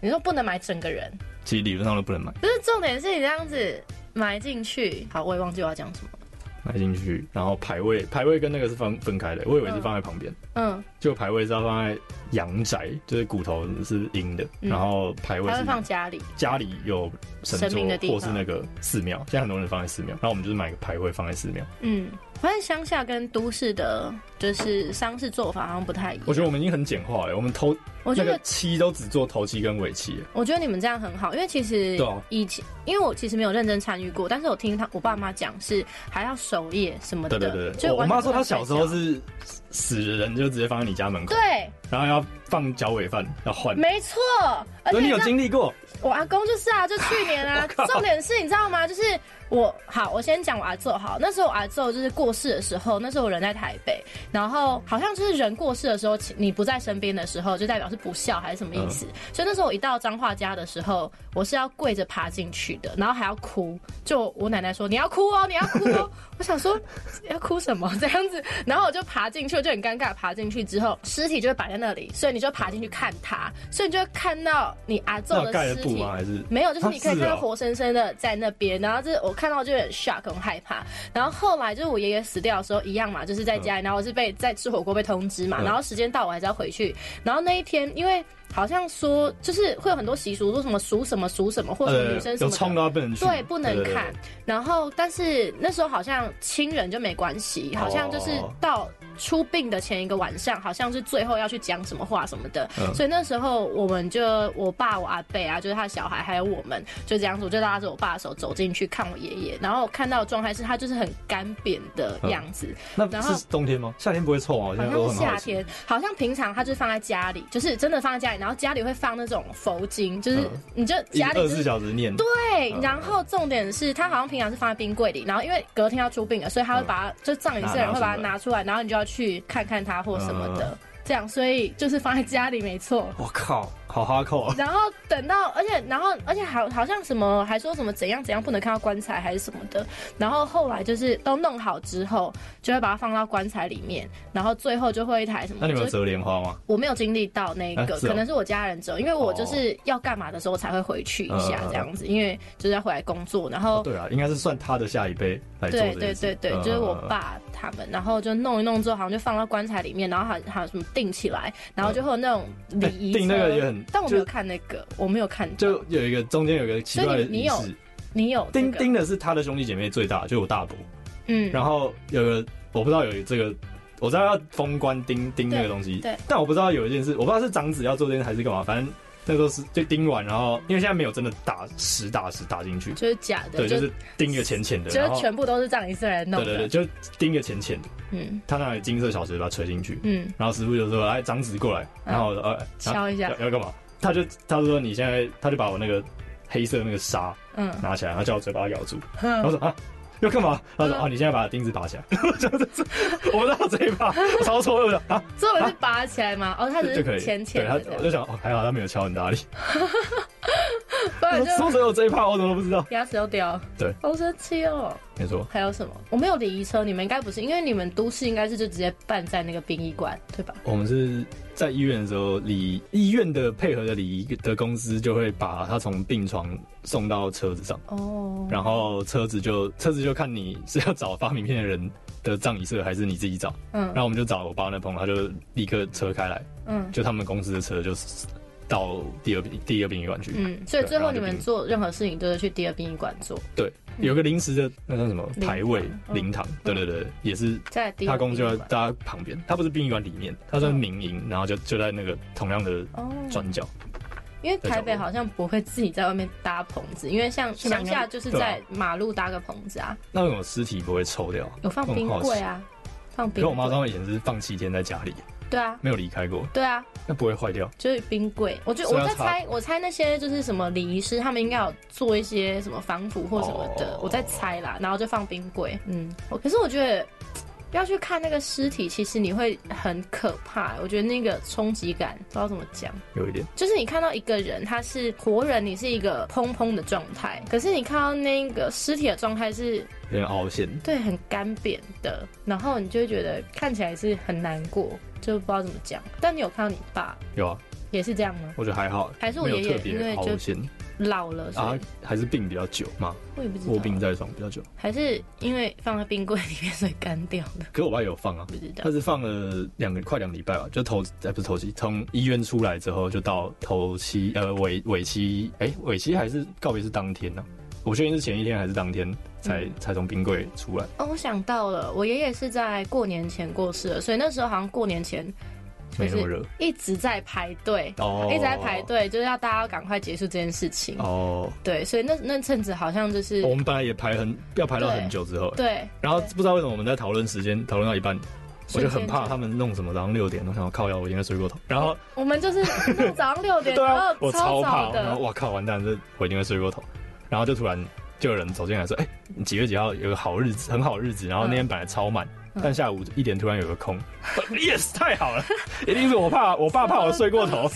Speaker 2: 你说不能买整个人，
Speaker 3: 其实理论上都不能买，
Speaker 2: 可是重点是你这样子埋进去。好，我也忘记我要讲什么了。
Speaker 3: 买进去，然后牌位牌位跟那个是分分开的，我以为是放在旁边，
Speaker 2: 嗯，
Speaker 3: 就牌位是要放在阳宅，就是骨头是阴的，
Speaker 2: 嗯
Speaker 3: 然后牌位
Speaker 2: 还
Speaker 3: 是
Speaker 2: 会放家里。
Speaker 3: 家里有神
Speaker 2: 神明的地
Speaker 3: 桌或
Speaker 2: 方
Speaker 3: 是那个寺庙，现在很多人放在寺庙，然后我们就是买个牌位放在寺庙。
Speaker 2: 嗯，发现乡下跟都市的，就是丧事做法好像不太一样。
Speaker 3: 我觉得我们已经很简化了，我们头
Speaker 2: 我觉
Speaker 3: 那
Speaker 2: 得
Speaker 3: 个漆都只做头漆跟尾漆了，
Speaker 2: 我觉得你们这样很好，因为其实
Speaker 3: 对啊
Speaker 2: 以前，因为我其实没有认真参与过，但是我听他我爸妈讲是还要守夜什么
Speaker 3: 对
Speaker 2: 的。
Speaker 3: 对对对，
Speaker 2: 就
Speaker 3: 我我
Speaker 2: 完全
Speaker 3: 妈说
Speaker 2: 不能
Speaker 3: 她小时候
Speaker 2: 睡觉
Speaker 3: 是死人就直接放在你家门口，
Speaker 2: 对，
Speaker 3: 然后要放脚尾饭要换，
Speaker 2: 没错，而
Speaker 3: 所
Speaker 2: 且
Speaker 3: 以你
Speaker 2: 知
Speaker 3: 有
Speaker 2: 道
Speaker 3: 经历过？
Speaker 2: 我阿公就是啊，就去年 啊
Speaker 3: 我靠，
Speaker 2: 重点是你知道吗？就是我好，我先讲我阿昼好，那时候我阿昼就是过世的时候，那时候我人在台北，然后好像就是人过世的时候，其你不在身边的时候，就代表是不孝还是什么意思？
Speaker 3: 嗯
Speaker 2: 所以那时候我一到彰化家的时候，我是要跪着爬进去的，然后还要哭，就我奶奶说你要哭哦，你要哭哦， 我想说要哭什么这样子， 然后我就爬进去，我就很尴尬，爬进去之后尸体就会摆在那里，所以你就爬进去看它，所以你就会看到你阿
Speaker 3: 那
Speaker 2: 昼
Speaker 3: 有
Speaker 2: 的
Speaker 3: 盖
Speaker 2: 尸
Speaker 3: 的布
Speaker 2: 体
Speaker 3: 吗？还是
Speaker 2: 没有，就是
Speaker 3: 啊
Speaker 2: 你可以
Speaker 3: 是
Speaker 2: 看到
Speaker 3: 哦
Speaker 2: 活生生的在那边，然后这我看到就很 shock 很害怕。然后后来就是我爷爷死掉的时候一样嘛，就是在家里，然后我是被在吃火锅被通知嘛，
Speaker 3: 嗯
Speaker 2: 然后时间到我还是要回去。然后那一天因为好像说就是会有很多习俗，说什么属什么属什么，或者什么女生什
Speaker 3: 呃有
Speaker 2: 么的
Speaker 3: 冲到不能去，
Speaker 2: 对，不能
Speaker 3: 对
Speaker 2: 看。。然后，但是那时候好像亲人就没关系，好像就是
Speaker 3: 哦
Speaker 2: 到出殡的前一个晚上，好像是最后要去讲什么话什么的，
Speaker 3: 嗯
Speaker 2: 所以那时候我们就我爸、我阿贝啊，就是他的小孩，还有我们，就这样子，我就拉着我爸的手走进去看我爷爷，然后看到的状态是他就是很干瘪的
Speaker 3: 嗯
Speaker 2: 样子，
Speaker 3: 那
Speaker 2: 然后
Speaker 3: 是冬天吗？夏天不会臭吗？我现在
Speaker 2: 好
Speaker 3: 都
Speaker 2: 像
Speaker 3: 很
Speaker 2: 是
Speaker 3: 好
Speaker 2: 夏
Speaker 3: 奇。
Speaker 2: 天，好像平常他就是放在家里，就是真的放在家里，然后家里会放那种佛经，就是、
Speaker 3: 嗯
Speaker 2: 你就
Speaker 3: 一
Speaker 2: 家里
Speaker 3: 二
Speaker 2: 就
Speaker 3: 十四
Speaker 2: 是
Speaker 3: 小时念，
Speaker 2: 对
Speaker 3: 嗯，
Speaker 2: 然后重点是他好像平常是放在冰柜里，然后因为隔天要出殡了，所以他会把它、就葬仪社的人会把它拿出来，然后你就要去看看他或什么
Speaker 3: 嗯
Speaker 2: 的，这样，所以就是放在家里没错。
Speaker 3: 我靠，好哈扣啊！
Speaker 2: 然后等到，而且然后而且好好像什么还说什么怎样怎样不能看到棺材还是什么的，然后后来就是都弄好之后，就会把它放到棺材里面，然后最后就会一台什么，
Speaker 3: 那你们
Speaker 2: 嗯就
Speaker 3: 有
Speaker 2: 是
Speaker 3: 折莲花吗？
Speaker 2: 我没有经历到那个，
Speaker 3: 啊是哦哦
Speaker 2: 可能是我家人只有，因为我就是要干嘛的时候才会回去一下
Speaker 3: 嗯嗯嗯
Speaker 2: 这样子，因为就是要回来工作，然后。
Speaker 3: 对啊，应该是算他的下一辈来做
Speaker 2: 哦
Speaker 3: 这
Speaker 2: 对
Speaker 3: 件
Speaker 2: 对
Speaker 3: 事
Speaker 2: 对对，
Speaker 3: 嗯
Speaker 2: 就是我爸他们，然后就弄一弄之后，好像就放到棺材里面，然后好像好像什么钉起来，然后就会有那种礼仪
Speaker 3: 哎
Speaker 2: 车。
Speaker 3: 钉那个也很
Speaker 2: 但我
Speaker 3: 就
Speaker 2: 没有看那个，我没有看到。
Speaker 3: 就有一个中间有一个奇怪的
Speaker 2: 所以你你
Speaker 3: 仪
Speaker 2: 有
Speaker 3: 式，
Speaker 2: 你有这
Speaker 3: 丁
Speaker 2: 个？
Speaker 3: 丁的是他的兄弟姐妹最大，就我大伯，
Speaker 2: 嗯，
Speaker 3: 然后有个我不知道有这个，我知道要封官钉钉那个东西，
Speaker 2: 对对
Speaker 3: 但我不知道有一件事，我不知道是长子要做这件事还是干嘛，反正那时候是就钉完，然后因为现在没有真的打实打实打进去，
Speaker 2: 就是假的，
Speaker 3: 对，就
Speaker 2: 就是
Speaker 3: 钉一个浅浅的，
Speaker 2: 就
Speaker 3: 然
Speaker 2: 是
Speaker 3: 后
Speaker 2: 全部都是葬仪社人弄
Speaker 3: 对
Speaker 2: 的。
Speaker 3: 对对，就钉一个浅浅的，
Speaker 2: 嗯
Speaker 3: 他拿金色小石把它锤进去，
Speaker 2: 嗯，
Speaker 3: 然后师傅就说：“来，长子过来。”
Speaker 2: 嗯
Speaker 3: 然后我说：“呃，啊
Speaker 2: 敲一下
Speaker 3: 要，要干嘛？”他就他说：“你现在，他就把我那个黑色那个沙
Speaker 2: 嗯，
Speaker 3: 拿起来，然后叫我嘴巴咬住。”然后
Speaker 2: 哼
Speaker 3: 说：“啊，要干嘛？”他说：“
Speaker 2: 嗯
Speaker 3: 哦，你现在把钉子拔起来。” 我不知道这一把我超错愕的啊，
Speaker 2: 作文是拔起来吗？哦，它只
Speaker 3: 就可以
Speaker 2: 是浅浅
Speaker 3: 对他
Speaker 2: 的这
Speaker 3: 我
Speaker 2: 样，
Speaker 3: 就想，哦，还好他没有敲很 大力。
Speaker 2: 不
Speaker 3: 他
Speaker 2: 然
Speaker 3: 说：“说
Speaker 2: 就
Speaker 3: 只有这一趴，我怎么都不知道
Speaker 2: 牙齿要掉，
Speaker 3: 对，
Speaker 2: 好生气哦。？”
Speaker 3: 没错，
Speaker 2: 还有什么？我没有礼仪车，你们应该不是，因为你们都市应该是就直接办在那个殡仪馆，对吧？
Speaker 3: 我们是在医院的时候，礼医院的配合的礼仪的公司就会把他从病床送到车子上。
Speaker 2: 哦，
Speaker 3: 然后车子就车子就看你是要找发名片的人的葬仪社，还是你自己找。
Speaker 2: 嗯
Speaker 3: 然后我们就找我爸那朋友，他就立刻车开来，
Speaker 2: 嗯
Speaker 3: 就他们公司的车就到第二殡第二殡仪馆去。
Speaker 2: 嗯，所以
Speaker 3: 对
Speaker 2: 最
Speaker 3: 然
Speaker 2: 后
Speaker 3: 后就
Speaker 2: 你们
Speaker 3: 殡仪
Speaker 2: 做任何事情都是去第二殡仪馆做，
Speaker 3: 对，有个临时的那叫什么
Speaker 2: 嗯灵堂
Speaker 3: 牌位
Speaker 2: 嗯
Speaker 3: 灵堂，对对对，也是
Speaker 2: 在第
Speaker 3: 他
Speaker 2: 二
Speaker 3: 公
Speaker 2: 殡仪
Speaker 3: 司就
Speaker 2: 馆
Speaker 3: 在他旁边，他不是殡仪馆里面，他算民营，
Speaker 2: 嗯
Speaker 3: 然后就就在那个同样的
Speaker 2: 哦，
Speaker 3: 转角。
Speaker 2: 因为台
Speaker 3: 在
Speaker 2: 北
Speaker 3: 角落
Speaker 2: 好像不会自己在外面搭棚子，因为像
Speaker 3: 现在
Speaker 2: 乡
Speaker 3: 应该
Speaker 2: 下就是
Speaker 3: 对啊
Speaker 2: 在马路搭个棚子啊，
Speaker 3: 那为什么尸体不会抽掉？
Speaker 2: 有放
Speaker 3: 我很
Speaker 2: 冰
Speaker 3: 好奇
Speaker 2: 柜啊，放
Speaker 3: 可
Speaker 2: 冰
Speaker 3: 是我妈
Speaker 2: 柜，
Speaker 3: 他们以前是放七天在家里，
Speaker 2: 对啊，
Speaker 3: 没有离开过，
Speaker 2: 对啊，
Speaker 3: 那不会坏掉。
Speaker 2: 就是冰柜。我觉得
Speaker 3: 所以
Speaker 2: 我
Speaker 3: 要
Speaker 2: 在
Speaker 3: 查
Speaker 2: 猜，我猜那些就是什么礼仪师，他们应该有做一些什么防腐或什么的，
Speaker 3: 哦
Speaker 2: 我在猜啦。然后就放冰柜，嗯。我可是我觉得要去看那个尸体，其实你会很可怕。我觉得那个冲击感不知道怎么讲，
Speaker 3: 有一点，
Speaker 2: 就是你看到一个人他是活人，你是一个砰砰的状态，可是你看到那个尸体的状态是
Speaker 3: 有点凹陷。
Speaker 2: 对很干瘪的，然后你就会觉得看起来是很难过，就不知道怎么讲。但你有看到你爸
Speaker 3: 有啊，
Speaker 2: 也是这样吗？
Speaker 3: 我觉得还好，
Speaker 2: 还是我
Speaker 3: 没有
Speaker 2: 爷爷
Speaker 3: 特别
Speaker 2: 因为就
Speaker 3: 凹陷
Speaker 2: 老了所以
Speaker 3: 啊，还是病比较久嘛，
Speaker 2: 我也不知道，
Speaker 3: 卧病在床比较久。
Speaker 2: 还是因为放在冰柜里面所以干掉的，
Speaker 3: 可我爸有放啊，
Speaker 2: 不知 道
Speaker 3: 他。是放了两个快两个礼拜吧，就头哎不是头七，从医院出来之后就到头七呃尾尾七哎尾七还是告别是当天呢、我确定是前一天还是当天才、
Speaker 2: 嗯
Speaker 3: 才从冰柜出来，
Speaker 2: 哦，我想到了，我爷爷是在过年前过世的，所以那时候好像过年前就
Speaker 3: 没那么
Speaker 2: 是
Speaker 3: 热
Speaker 2: 一直在排队，
Speaker 3: 哦
Speaker 2: 一直在排队，就是要大家要赶快结束这件事情。
Speaker 3: 哦。
Speaker 2: 对，所以那那阵子好像就是、
Speaker 3: 我们本来也排很要排到很久之后，
Speaker 2: 对，
Speaker 3: 然后不知道为什么我们在讨论时间讨论到一半，我就很
Speaker 2: 瞬间
Speaker 3: 怕
Speaker 2: 就
Speaker 3: 他们弄什么，早上六点，我想要靠腰，我应该睡过头，然后
Speaker 2: 我们就是弄早上六 点，
Speaker 3: 对
Speaker 2: 然
Speaker 3: 啊
Speaker 2: 后，
Speaker 3: 我超怕，
Speaker 2: 早
Speaker 3: 然后
Speaker 2: 的，
Speaker 3: 哇靠，完蛋，这我一定会睡过头。然后就突然就有人走进来说：“哎、你几月几号有个好日子，很好日子。”然后那天本来超满，
Speaker 2: 嗯
Speaker 3: 但下午一点突然有个空、y e s 太好了，一定是我怕，我爸怕我睡过
Speaker 2: 哦
Speaker 3: 头，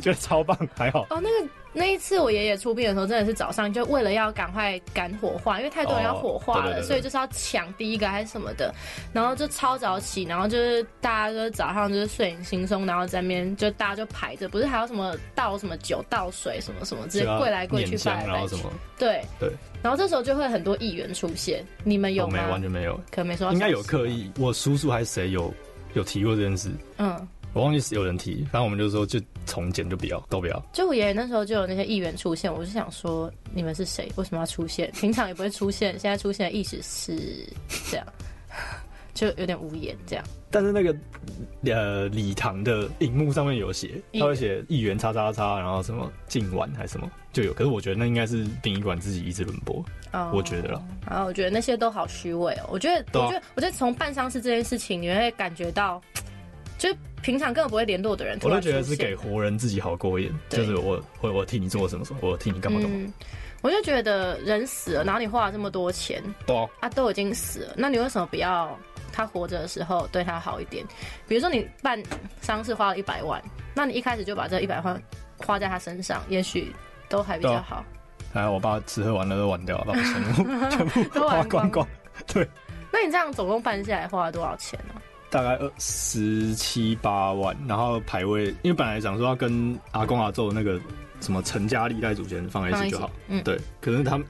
Speaker 3: 觉得超棒，还好。
Speaker 2: 哦，那个那一次我爷爷出殡的时候，真的是早上就为了要赶快赶火化，因为太多人要火化
Speaker 3: 哦对对
Speaker 2: 了，
Speaker 3: 对对
Speaker 2: 所以就是要抢第一个还是什么的，然后就超早起，然后就是大家就是早上就是睡眼惺忪，然后在那边就大家就排着，不是还有什么倒什么酒倒水什么什么， 直接
Speaker 3: 就要
Speaker 2: 跪来跪去
Speaker 3: 念
Speaker 2: 拜
Speaker 3: 香，
Speaker 2: 来
Speaker 3: 啊然
Speaker 2: 拜
Speaker 3: 后
Speaker 2: 去
Speaker 3: 什，么
Speaker 2: 对
Speaker 3: 对，
Speaker 2: 然后这时候就会很多议员出现，你们有
Speaker 3: 我没
Speaker 2: 吗？
Speaker 3: 完全没有，
Speaker 2: 可能没说，
Speaker 3: 应该有，刻意。我叔叔还是谁有有提过这件事，
Speaker 2: 嗯。
Speaker 3: 我忘记是有人提，反正我们就说就从简就不要，都不要。
Speaker 2: 就我爷爷那时候就有那些议员出现，我就想说你们是谁？为什么要出现？平常也不会出现，现在出现的意思是这样，就有点无言这样。
Speaker 3: 但是那个呃礼堂的荧幕上面有写，
Speaker 2: 议员
Speaker 3: 他会写议员叉叉叉，然后什么禁晚还是什么就有。可是我觉得那应该是殡仪馆自己一直轮播，
Speaker 2: 哦
Speaker 3: 我觉得啦。
Speaker 2: 然后我觉得那些都好虚伪哦。我觉得，
Speaker 3: 对啊
Speaker 2: 我觉得，我觉得从办丧事这件事情，你会感觉到，就是平常根本不会联络的人，
Speaker 3: 我
Speaker 2: 突
Speaker 3: 就
Speaker 2: 然
Speaker 3: 觉得
Speaker 2: 出
Speaker 3: 是
Speaker 2: 现
Speaker 3: 给活人自己好过一点，
Speaker 2: 对
Speaker 3: 就是我我我替你做什么什么，我替你干嘛干嘛，
Speaker 2: 嗯，我就觉得人死了，然后你花了这么多钱
Speaker 3: 对啊
Speaker 2: 啊，都已经死了，那你为什么不要他活着的时候对他好一点？比如说你办丧事花了一百万，那你一开始就把这一百万花在他身上，也许都还比
Speaker 3: 对
Speaker 2: 较
Speaker 3: 啊
Speaker 2: 好。
Speaker 3: 还有我爸吃喝玩乐都玩掉了，把我钱全部全
Speaker 2: 都
Speaker 3: 部花
Speaker 2: 玩
Speaker 3: 光
Speaker 2: 光
Speaker 3: 光，对，
Speaker 2: 那你这样总共办下来花了多少钱呢、
Speaker 3: 大概二十七八万，然后排位，因为本来想说要跟阿公阿昼那个什么陈家历代祖先放在一
Speaker 2: 放
Speaker 3: 起
Speaker 2: 一
Speaker 3: 就
Speaker 2: 起
Speaker 3: 好，，
Speaker 2: 嗯，
Speaker 3: 对，可是他们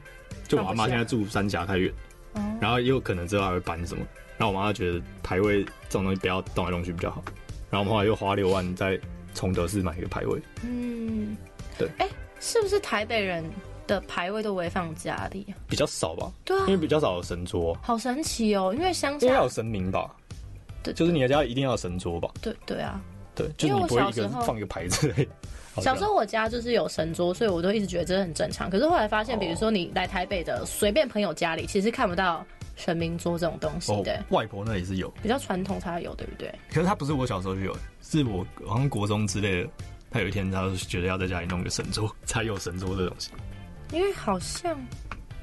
Speaker 3: 就我阿
Speaker 2: 放不
Speaker 3: 妈
Speaker 2: 下
Speaker 3: 现在住三峡太远，
Speaker 2: 哦
Speaker 3: 然后也有可能之后还会搬什么，然后我妈觉得牌位这种东西不要动来动去比较好，然后我们后来又花六万在崇德寺买一个牌位，
Speaker 2: 嗯，
Speaker 3: 对，
Speaker 2: 哎、是不是台北人的排位都不会放家里啊？
Speaker 3: 比较少吧，
Speaker 2: 对啊
Speaker 3: 因，为比较少有神桌，啊
Speaker 2: 好神奇哦，因为乡
Speaker 3: 因为要
Speaker 2: 下
Speaker 3: 有，神明吧，
Speaker 2: 对
Speaker 3: 就是你的家一定要有神桌吧，
Speaker 2: 对对啊，
Speaker 3: 对，就是
Speaker 2: 因为
Speaker 3: 你
Speaker 2: 我
Speaker 3: 不会一
Speaker 2: 小
Speaker 3: 个
Speaker 2: 时候
Speaker 3: 放一个牌子而已。好像
Speaker 2: 小时候我家就是有神桌，所以我都一直觉得这很正常。可是后来发
Speaker 3: 哦
Speaker 2: 现，比如说你来台北的随便朋友家里，其实看不到神明桌这种东西
Speaker 3: 哦
Speaker 2: 的，，
Speaker 3: 外婆那里是有，
Speaker 2: 比较传统才有，对不对？
Speaker 3: 可是她不是我小时候就有，是我好像国中之类的。她有一天，她就觉得要在家里弄个神桌，才有神桌这东西。
Speaker 2: 因为好像，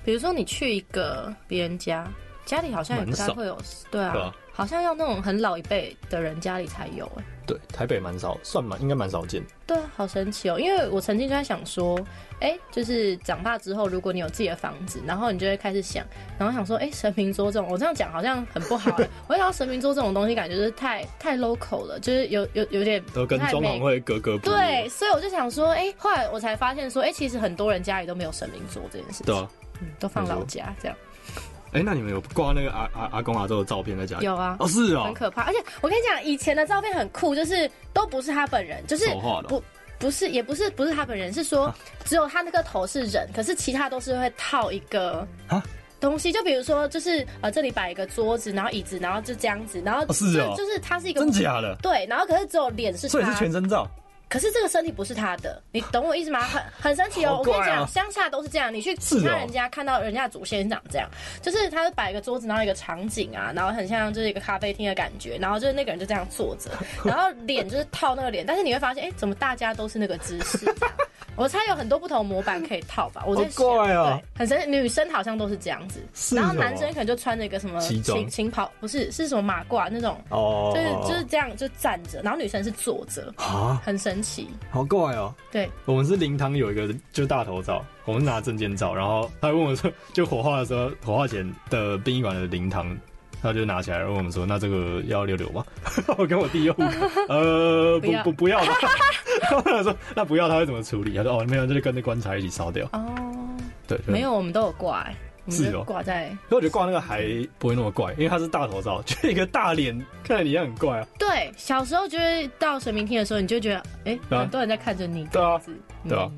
Speaker 2: 比如说你去一个别人家，家里好像也不太
Speaker 3: 蛮少
Speaker 2: 会有，对
Speaker 3: 对
Speaker 2: 啊
Speaker 3: 啊，
Speaker 2: 好像要那种很老一辈的人家里才有、哎。
Speaker 3: 对，台北蛮少，算蛮应该蛮少见。
Speaker 2: 对啊，好神奇哦！因为我曾经就在想说，哎、就是长大之后，如果你有自己的房子，然后你就会开始想，然后想说，哎、神明桌这种，我这样讲好像很不好 欸。我会想到神明桌这种东西，感觉就是太太 local 了，就是有有有点
Speaker 3: 都跟
Speaker 2: 太
Speaker 3: 装
Speaker 2: 美
Speaker 3: 潢会格格不入。
Speaker 2: 对，所以我就想说，哎、后来我才发现说，哎、其实很多人家里都没有神明桌这件事情，
Speaker 3: 对啊，
Speaker 2: 嗯都放老家这样。
Speaker 3: 哎、那你们有挂那个阿阿阿公阿周的照片在家里？
Speaker 2: 有啊
Speaker 3: 哦是
Speaker 2: 很
Speaker 3: 哦，
Speaker 2: 可怕。而且我跟你讲，以前的照片很酷，就是都不是他本人，就是
Speaker 3: 手画的啊
Speaker 2: 不不是也不是不是他本人，是说只有他那个头是人，可是其他都是会套一个
Speaker 3: 啊
Speaker 2: 东西，就比如说就是呃这里摆一个桌子，然后椅子，然后就这样子，然后
Speaker 3: 哦是哦
Speaker 2: 就就是他是一个
Speaker 3: 真假的？
Speaker 2: 对，啊然后可是只有脸是
Speaker 3: 所以是
Speaker 2: 他，
Speaker 3: 全身照，
Speaker 2: 可是这个身体不是他的，你懂我意思吗？很很神奇哦！
Speaker 3: 好
Speaker 2: 我跟
Speaker 3: 怪啊
Speaker 2: 你讲，乡下都是这样，你去其
Speaker 3: 是哦
Speaker 2: 他人家看到人家的祖先长这样，就是他摆一个桌子，然后一个场景啊，然后很像就是一个咖啡厅的感觉，然后就是那个人就这样坐 着，然后脸就是套那个脸，但是你会发现，哎、怎么大家都是那个姿势这样？ 我猜有很多不同模板可以套吧，我在想，
Speaker 3: 好怪啊
Speaker 2: 对，很神奇，女生好像都是这样子，
Speaker 3: 是
Speaker 2: 然后
Speaker 3: 哦
Speaker 2: 男生可能就穿着一个什么
Speaker 3: 西装
Speaker 2: 旗旗袍，不是是什么马褂那种，
Speaker 3: 哦
Speaker 2: 就是就是这样就站着，然后女生是坐着，
Speaker 3: 啊，
Speaker 2: 很神奇。
Speaker 3: 好怪哦。
Speaker 2: 对，
Speaker 3: 我们是灵堂有一个就大头照，我们拿证件照，然后他问我说， 就火化的时候，火化前的殡仪馆的灵堂。他就拿起来问我们说：“那这个要六六吗？” 我跟我弟又 互看呃
Speaker 2: 不要
Speaker 3: 不不不要吧。 然后他说：“那不要，他会怎么处理？”他说：“哦，没有，就是跟着棺材一起烧掉。
Speaker 2: 哦，”
Speaker 3: 对，就
Speaker 2: 没有，我们都有挂、欸，我们
Speaker 3: 是
Speaker 2: 就
Speaker 3: 哦
Speaker 2: 挂在、
Speaker 3: 可我觉得挂那个还不会那么怪，因为它是大头照， 就一个大脸，看起来也很怪啊。
Speaker 2: 对。小时候就是到神明厅的时候，你就觉得，哎、
Speaker 3: 对啊
Speaker 2: 很多人在看着你，
Speaker 3: 对啊
Speaker 2: 这样子
Speaker 3: 对啊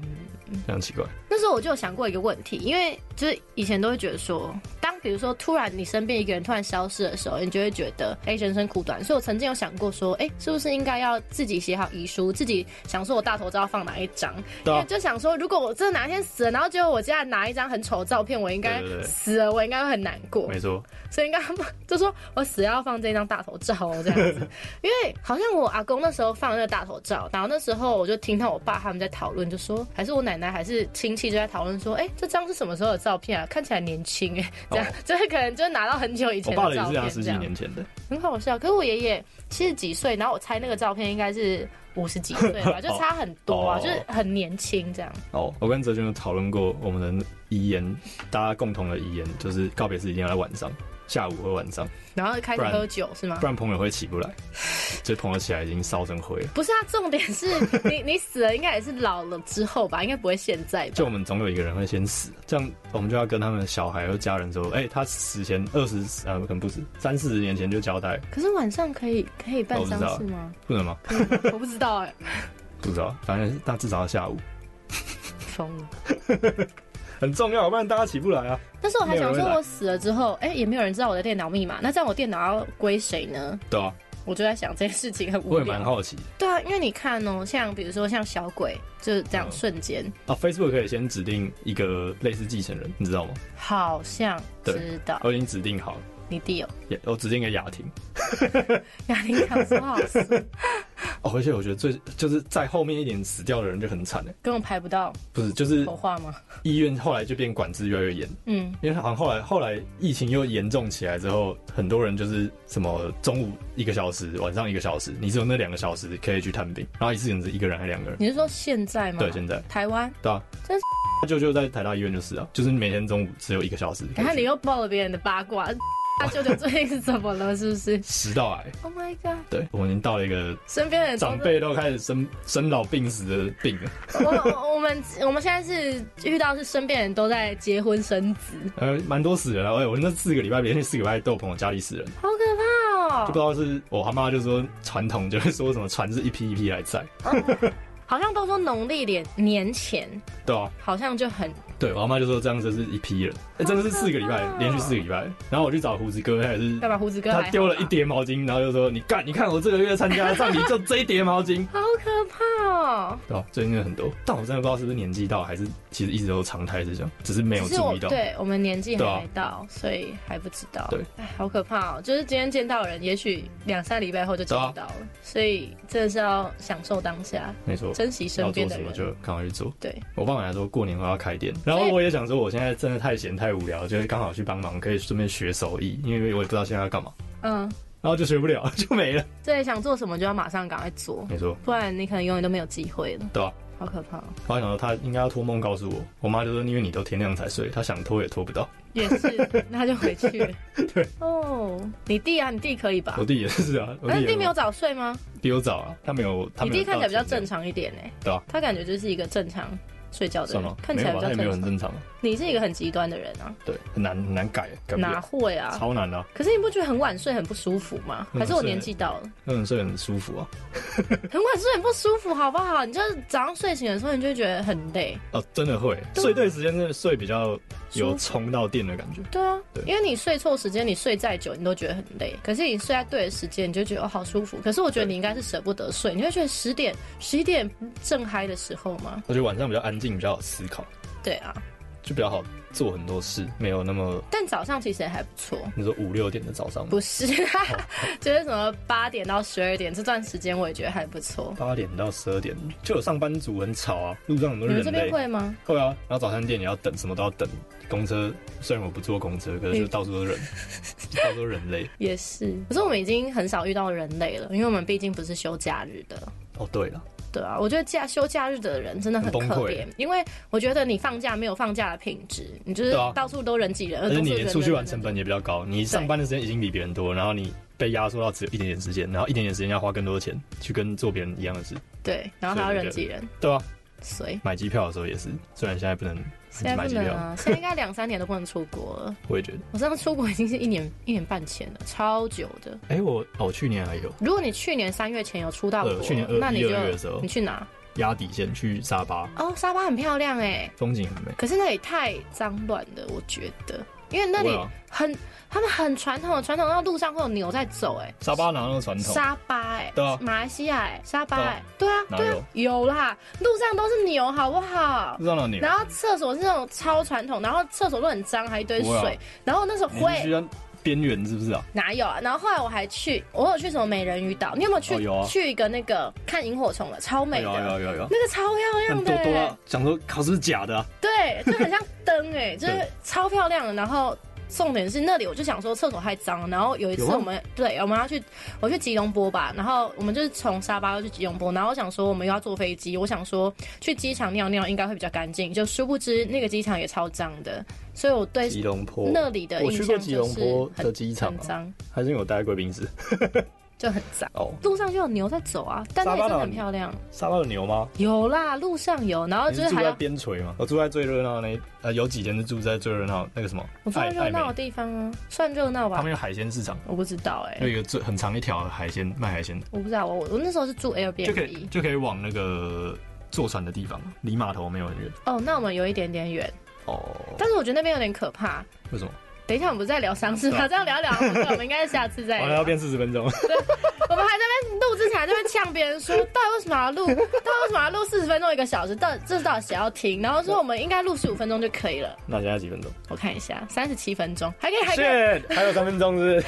Speaker 2: 嗯
Speaker 3: 非常奇怪。
Speaker 2: 那时候我就有想过一个问题，因为就是以前都会觉得说，当比如说突然你身边一个人突然消失的时候，你就会觉得哎、人生苦短。所以我曾经有想过说，哎、是不是应该要自己写好遗书，自己想说我大头照要放哪一张？
Speaker 3: 对啊
Speaker 2: 因为就想说，如果我真的哪一天死了，然后结果我家人拿一张很丑的照片，我应该
Speaker 3: 对对对
Speaker 2: 死了，我应该会很难过。
Speaker 3: 没错，
Speaker 2: 所以应该就说我死要放这张大头照哦，这样子，因为好像我阿公那时候放那个大头照，然后那时候我就听到我爸他们在讨论，就说还是我奶奶还是亲戚就在讨论说，哎、这张是什么时候的照片啊？看起来年轻哎、这样、
Speaker 3: 哦
Speaker 2: 就是可能就拿到很久以
Speaker 3: 我
Speaker 2: 前
Speaker 3: 爸的
Speaker 2: 的
Speaker 3: 也
Speaker 2: 照
Speaker 3: 是
Speaker 2: 片
Speaker 3: 他十
Speaker 2: 这
Speaker 3: 几
Speaker 2: 样，
Speaker 3: 年前的，
Speaker 2: 很好笑。可是我爷爷七十几岁，然后我猜那个照片应该是五十几岁吧，就差很多啊，
Speaker 3: 哦
Speaker 2: 就是很年轻这样。
Speaker 3: 哦，我跟哲君有讨论过我们的遗言，大家共同的遗言就是告别式一定要在晚上，下午或晚上，
Speaker 2: 然后开始
Speaker 3: 不然
Speaker 2: 喝酒是吗
Speaker 3: 不？然朋友会起不来。所以朋友起来已经烧成灰了。
Speaker 2: 不是啊，重点 是你你死了应该也是老了之后吧，应该不会现在吧？
Speaker 3: 就我们总有一个人会先死，这样我们就要跟他们的小孩或家人说，哎、他死前二十呃可能不止三四十年前就交代，
Speaker 2: 可是晚上可以可以办
Speaker 3: 我不知
Speaker 2: 丧
Speaker 3: 道
Speaker 2: 事吗？
Speaker 3: 哦不能吗？
Speaker 2: 我不知道哎、
Speaker 3: 不知道，反正那至少要下午。
Speaker 2: 疯了。
Speaker 3: 很重要，不然大家起不来啊。
Speaker 2: 但是我还想
Speaker 3: 没有人
Speaker 2: 说，
Speaker 3: 会来
Speaker 2: 我死了之后，哎、也没有人知道我的电脑密码，那这样我电脑要归谁呢？
Speaker 3: 对啊，
Speaker 2: 我就在想这件事情很无
Speaker 3: 我也蛮
Speaker 2: 聊。
Speaker 3: 好奇的
Speaker 2: 对啊，因为你看哦、像比如说像小鬼，就是这样
Speaker 3: 嗯
Speaker 2: 瞬间，
Speaker 3: 啊。Facebook 可以先指定一个类似继承人，你知道吗？
Speaker 2: 好像
Speaker 3: 对
Speaker 2: 知道
Speaker 3: 我已经指定好了，
Speaker 2: 你弟有
Speaker 3: 也我指定给雅婷。
Speaker 2: 雅婷想说好死，
Speaker 3: 哦，而且我觉得最就是在后面一点死掉的人就很惨哎，
Speaker 2: 根本排不到
Speaker 3: 不是就是
Speaker 2: 火化吗？
Speaker 3: 医院后来就变管制越来越严，
Speaker 2: 嗯，
Speaker 3: 因为好像后来后来疫情又严重起来之后，很多人就是什么中午一个小时，晚上一个小时，你只有那两个小时可以去探病，然后一次只能一个人还是两个人？
Speaker 2: 你是说现在吗？
Speaker 3: 对，现在
Speaker 2: 台湾，
Speaker 3: 对啊，
Speaker 2: 真是
Speaker 3: 他舅舅在台大医院就是啊，就是每天中午只有一个小时可以去，
Speaker 2: 你看你又爆了别人的八 卦，他舅舅最近是怎么了？是不是
Speaker 3: 食道癌，
Speaker 2: ？Oh my god！
Speaker 3: 对我们已经到了一个
Speaker 2: 身边的人都
Speaker 3: 长辈都开始生生老病死的病了，
Speaker 2: 我我我们我们现在是遇到是身边人都在结婚生子，
Speaker 3: 呃，蛮多死人了，哎、我那四个礼拜连续四个礼拜都有朋友家里死人。
Speaker 2: 好可怕
Speaker 3: 就不知道
Speaker 2: 哦！
Speaker 3: 是我他妈就说传统就会说什么船是一批一批来载，
Speaker 2: 好像都说农历年年前
Speaker 3: 对啊，
Speaker 2: 好像就很
Speaker 3: 对我他妈就说这样就是一批人，哎、真的是四个礼拜
Speaker 2: 哦好可怕哦
Speaker 3: 连续四个礼拜，然后我去找胡子哥，他也是
Speaker 2: 干嘛胡子哥还好
Speaker 3: 他
Speaker 2: 吧
Speaker 3: 丢了一，叠毛巾，然后就说你干，你看我这个月参加的葬礼就这一叠毛 巾，
Speaker 2: 好可怕哦！
Speaker 3: 对吧、啊最近真的很多，但我真的不知道是不是年纪到，还是其实一直都常态是这样，只是没有
Speaker 2: 只是
Speaker 3: 注
Speaker 2: 我
Speaker 3: 意到。
Speaker 2: 对我们年纪还
Speaker 3: 对啊
Speaker 2: 没到，所以还不知道。
Speaker 3: 对，
Speaker 2: 哎，好可怕哦！就是今天见到人，也许两三礼拜后就见
Speaker 3: 啊
Speaker 2: 不到了，所以真的是要享受当下，
Speaker 3: 没错，
Speaker 2: 珍惜身
Speaker 3: 哦要
Speaker 2: 边
Speaker 3: 做
Speaker 2: 的
Speaker 3: 什么就
Speaker 2: 人。
Speaker 3: 赶快去做。
Speaker 2: 对，
Speaker 3: 我爸妈来说过年我要开店，然后我也想说我现在真的太闲太无聊，就是刚好去帮忙，可以顺便学手艺，因为我也不知道现在要干嘛，
Speaker 2: 嗯，
Speaker 3: 然后就学不了 就没了。
Speaker 2: 对，想做什么就要马上赶快做，
Speaker 3: 没错，
Speaker 2: 不然你可能永远都没有机会了。
Speaker 3: 对吧、啊
Speaker 2: 好可怕哦！
Speaker 3: 我还想说他应该要托梦告诉我，我妈就说因为你都天亮才睡，她想拖也拖不到。
Speaker 2: 也是， 那就回去了。
Speaker 3: 对，
Speaker 2: 哦，你弟啊，你弟可以吧
Speaker 3: 我？弟也是 啊，我
Speaker 2: 那
Speaker 3: 弟
Speaker 2: 你
Speaker 3: 也
Speaker 2: 弟没有早睡吗？
Speaker 3: 比我早啊，他没有，他
Speaker 2: 你
Speaker 3: 没有
Speaker 2: 弟看起来比较
Speaker 3: 到前
Speaker 2: 正
Speaker 3: 面，
Speaker 2: 常一点呢。
Speaker 3: 对啊
Speaker 2: 他感觉就是一个正常睡觉的
Speaker 3: 算吗
Speaker 2: 人，？看起
Speaker 3: 没
Speaker 2: 来
Speaker 3: 有
Speaker 2: 比
Speaker 3: 吧，他
Speaker 2: 较
Speaker 3: 也没有很
Speaker 2: 正常。
Speaker 3: 正常啊，
Speaker 2: 你是一个很极端的人啊，
Speaker 3: 对，很难很难改，改不
Speaker 2: 哪
Speaker 3: 了，
Speaker 2: 会啊？
Speaker 3: 超难啊，
Speaker 2: 可是你不觉得很晚睡很不舒服吗？
Speaker 3: 嗯
Speaker 2: 还是我
Speaker 3: 是
Speaker 2: 年纪到了，
Speaker 3: 那种睡很舒服啊。
Speaker 2: 很晚睡很不舒服，好不好？你就是早上睡醒的时候，你就会觉得很累。
Speaker 3: 哦，真的会
Speaker 2: 对啊
Speaker 3: 睡对时间，真的睡比较
Speaker 2: 舒
Speaker 3: 有
Speaker 2: 服
Speaker 3: 充到电的感觉。
Speaker 2: 对啊
Speaker 3: 对，
Speaker 2: 因为你睡错时间，你睡再久，你都觉得很累。可是你睡在对的时间，你就觉得哦好舒服。可是我觉得
Speaker 3: 对
Speaker 2: 你应该是舍不得睡，你会觉得十点、十一点正嗨的时候吗？
Speaker 3: 我觉得晚上比较安静，比较好思考，
Speaker 2: 对啊，
Speaker 3: 就比较好做很多事，没有那么
Speaker 2: 但早上其实也还不错。
Speaker 3: 你说五六点的早上吗，
Speaker 2: 不是，
Speaker 3: 哦
Speaker 2: 就是什么八点到十二点这段时间，我也觉得还不错。
Speaker 3: 八点到十二点就有上班族很吵啊，路上很多
Speaker 2: 你
Speaker 3: 人
Speaker 2: 们这边
Speaker 3: 类。
Speaker 2: 会吗？
Speaker 3: 会啊，然后早餐店也要等，什么都要等。公车虽然我不坐公车，可是就
Speaker 2: 嗯
Speaker 3: 到处都是 人，到处都是人类。
Speaker 2: 也是，可是我们已经很少遇到人类了，因为我们毕竟不是休假日的。
Speaker 3: 哦，对了，
Speaker 2: 对啊，我觉得假休假日的人真的很
Speaker 3: 很崩
Speaker 2: 可
Speaker 3: 溃
Speaker 2: 怜，因为我觉得你放假没有放假的品质，你就是
Speaker 3: 对啊
Speaker 2: 到处都人挤人，
Speaker 3: 而且
Speaker 2: 呃到处
Speaker 3: 你
Speaker 2: 都
Speaker 3: 连
Speaker 2: 人
Speaker 3: 出去
Speaker 2: 人
Speaker 3: 玩
Speaker 2: 人
Speaker 3: 成本也比较高，你上班的时间已经比别人多，然后你被压缩到只有一点点时间，然后一点点时间要花更多的钱去跟做别人一样的事，
Speaker 2: 对，然后还要人挤人，
Speaker 3: 对啊，
Speaker 2: 所以
Speaker 3: 买机票的时候也是，虽然现在不能
Speaker 2: 现在
Speaker 3: 买
Speaker 2: 不
Speaker 3: 机
Speaker 2: 能
Speaker 3: 票，
Speaker 2: 啊，现在应该两三年都不能出国了。
Speaker 3: 我也觉得，
Speaker 2: 我上次出国已经是一年一年半前了，超久的。
Speaker 3: 哎、我哦，去年还有
Speaker 2: 如果你去年三月前有出到
Speaker 3: 呃
Speaker 2: 国，
Speaker 3: 去年二
Speaker 2: 那你
Speaker 3: 一
Speaker 2: 就
Speaker 3: 二月的时候
Speaker 2: 你去哪？
Speaker 3: 压底线去沙巴，
Speaker 2: 哦，沙巴很漂亮哎，
Speaker 3: 风景很美。
Speaker 2: 可是那里太脏乱了，我觉得，因为那里
Speaker 3: 不会啊
Speaker 2: 很他们很传统，传统到路上会有牛在走哎。
Speaker 3: 沙巴哪有那么传统？
Speaker 2: 沙巴哎、
Speaker 3: 对啊
Speaker 2: 马来西亚哎、沙巴
Speaker 3: 对啊
Speaker 2: 哎、对啊，
Speaker 3: 哪
Speaker 2: 对
Speaker 3: 有嗯
Speaker 2: 啊，有啦，路上都是牛，好不好
Speaker 3: 不？知道哪里
Speaker 2: 然后厕所是那种超传统，然后厕所都很脏，还一堆
Speaker 3: 不会啊
Speaker 2: 水。然后那时候
Speaker 3: 你是去
Speaker 2: 会
Speaker 3: 到边缘是不是啊？
Speaker 2: 哪有啊？然后后来我还去，我有去什么美人鱼岛，你有没有去？
Speaker 3: 哦有啊哦
Speaker 2: 去一个那个看萤火虫的，超美的，
Speaker 3: 有有有有。
Speaker 2: 那个超漂
Speaker 3: 但
Speaker 2: 亮的、
Speaker 3: 啊多多
Speaker 2: 欸
Speaker 3: 啊，想说考是不是假的、啊？
Speaker 2: 对，就很像灯哎、就是
Speaker 3: 对
Speaker 2: 超漂亮的。然后重点是那里，我就想说厕所太脏了。然后有一次
Speaker 3: 有吗啊
Speaker 2: 我们对我们要去，我去吉隆坡吧，然后我们就是从沙巴要去吉隆坡，然后我想说我们又要坐飞机，我想说去机场尿尿应该会比较干净，就殊不知那个机场也超脏的，所以我对
Speaker 3: 吉隆坡，
Speaker 2: 那里的
Speaker 3: 我
Speaker 2: 印
Speaker 3: 去过
Speaker 2: 象就
Speaker 3: 吉隆坡
Speaker 2: 是
Speaker 3: 的
Speaker 2: 很
Speaker 3: 机场
Speaker 2: 很
Speaker 3: 啊，
Speaker 2: 脏，
Speaker 3: 还是因为我待在贵宾室。
Speaker 2: 就很脏。
Speaker 3: 哦，
Speaker 2: 路上就有牛在走啊，但那里
Speaker 3: 沙巴
Speaker 2: 真的
Speaker 3: 哪
Speaker 2: 很
Speaker 3: 里
Speaker 2: 漂亮。
Speaker 3: 沙巴有牛吗？
Speaker 2: 有啦，路上有，然后
Speaker 3: 你
Speaker 2: 哦就是是
Speaker 3: 住
Speaker 2: 还
Speaker 3: 在
Speaker 2: 要
Speaker 3: 边陲吗？我住在最热闹的那一呃，有几天是住在最热闹那个什么，
Speaker 2: 我住
Speaker 3: 爱
Speaker 2: 在热
Speaker 3: 爱美
Speaker 2: 闹的，地方啊，算热闹
Speaker 3: 他
Speaker 2: 吧
Speaker 3: 们，有海鲜市场，
Speaker 2: 我不知道哎、
Speaker 3: 有一个最很长一条海鲜卖海鲜，
Speaker 2: 我不知道，我我我那时候是住
Speaker 3: 就可以
Speaker 2: Airbnb。
Speaker 3: 就可以往那个坐船的地方，离码头没有很远。
Speaker 2: 哦，那我们有一点点远，
Speaker 3: 哦，
Speaker 2: 但是我觉得那边有点可怕。
Speaker 3: 为什么？
Speaker 2: 等一下，我们不是在聊丧事吗？
Speaker 3: 哦
Speaker 2: 这样聊聊不对，啊我们应该下次 再
Speaker 3: 完了
Speaker 2: 聊
Speaker 3: 要。变四十分钟，
Speaker 2: 我们还在那边录之前还在那边呛别人说，到底为什么要录？到底为什么要录四十分钟一个小时？到底这到底谁要听？然后说我们应该录十五分钟就可以了。
Speaker 3: 那现在几分钟？
Speaker 2: 我看一下，三十七分钟，还可以，还哦可以。
Speaker 3: Shit，还有三分钟 是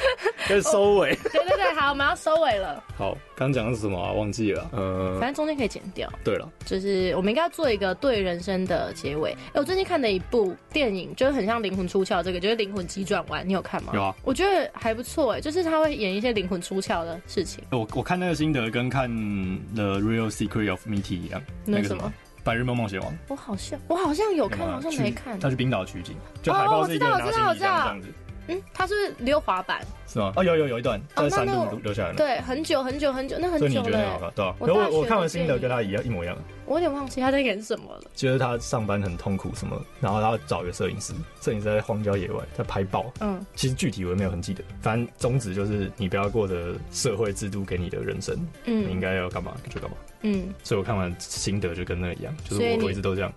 Speaker 3: 就是收尾。
Speaker 2: 对对对，好，我们要收尾了。
Speaker 3: 好，刚讲的是什么啊？忘记了。
Speaker 2: 反
Speaker 3: 呃，
Speaker 2: 正中间可以剪掉，
Speaker 3: 对了，
Speaker 2: 就是我们应该要做一个对人生的结尾。哎、我最近看的一部电影，就是很像《灵魂出窍》这个，就是《灵魂急转弯》，你有看吗？
Speaker 3: 有啊。
Speaker 2: 我觉得还不错哎、就是他会演一些灵魂出窍的事情。
Speaker 3: 我我看那个心得跟看《The Real Secret of Mitty》一样，那
Speaker 2: 那
Speaker 3: 个
Speaker 2: 是什
Speaker 3: 什
Speaker 2: 么
Speaker 3: 么？《白日梦冒险王》
Speaker 2: 我好像我好像有看，
Speaker 3: 吗
Speaker 2: 好像
Speaker 3: 去
Speaker 2: 没看。
Speaker 3: 他去冰岛取景，就
Speaker 2: 哦
Speaker 3: 海报是一个
Speaker 2: 我
Speaker 3: 人
Speaker 2: 知道
Speaker 3: 拿
Speaker 2: 我知
Speaker 3: 行
Speaker 2: 道
Speaker 3: 李箱这样子，
Speaker 2: 嗯，他是不是溜滑板？
Speaker 3: 是吗？哦，有有有一段
Speaker 2: 哦
Speaker 3: 在山
Speaker 2: 那那
Speaker 3: 路
Speaker 2: 我
Speaker 3: 留下来的，
Speaker 2: 对，很久很久很久，那很
Speaker 3: 所以你
Speaker 2: 久
Speaker 3: 觉得很好
Speaker 2: 了欸。
Speaker 3: 看，对吧？
Speaker 2: 我
Speaker 3: 可
Speaker 2: 大学
Speaker 3: 我我看完
Speaker 2: 的电
Speaker 3: 心得
Speaker 2: 影
Speaker 3: 跟他一样一模一样，
Speaker 2: 我有点忘记他在演什么了。
Speaker 3: 就是他上班很痛苦什么，然后他要找一个摄影师，摄影师在荒郊野外在拍爆，
Speaker 2: 嗯，
Speaker 3: 其实具体我也没有很记得，反正宗旨就是你不要过着社会制度给你的人生，你应
Speaker 2: 嗯
Speaker 3: 该要干嘛就干嘛。
Speaker 2: 嗯，
Speaker 3: 所以我看完心得就跟那一样，就是
Speaker 2: 所以你
Speaker 3: 我我一直都这样，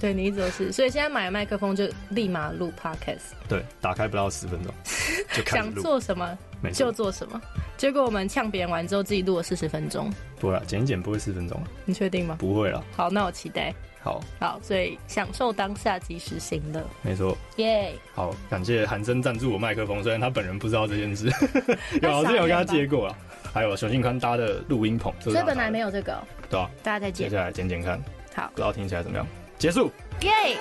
Speaker 2: 对你一直都是，所以现在买麦克风就立马录 podcast，
Speaker 3: 对，打开不到十分 钟就开始
Speaker 2: 想
Speaker 3: 录，
Speaker 2: 做什么
Speaker 3: 没
Speaker 2: 就
Speaker 3: 错，
Speaker 2: 做什么。结果我们呛别人完之后，自己录了四十分钟，
Speaker 3: 不会啊，剪一剪不会四分钟啊，
Speaker 2: 你确定吗？
Speaker 3: 不会啦。
Speaker 2: 好，那我期待。
Speaker 3: 好，
Speaker 2: 好，所以享受当下，及时行乐，
Speaker 3: 没错，
Speaker 2: 耶、
Speaker 3: 好，感谢韩生赞助我麦克风，虽然他本人不知道这 件事，有老师有跟他借过了，还有熊信宽搭的录音棚，
Speaker 2: 所以本来没
Speaker 3: 有，啊
Speaker 2: 有这个哦、
Speaker 3: 对啊，
Speaker 2: 大家再
Speaker 3: 接
Speaker 2: 见。
Speaker 3: 下来剪剪看，
Speaker 2: 好
Speaker 3: 不，知道听起来怎么样，结束。
Speaker 2: 耶、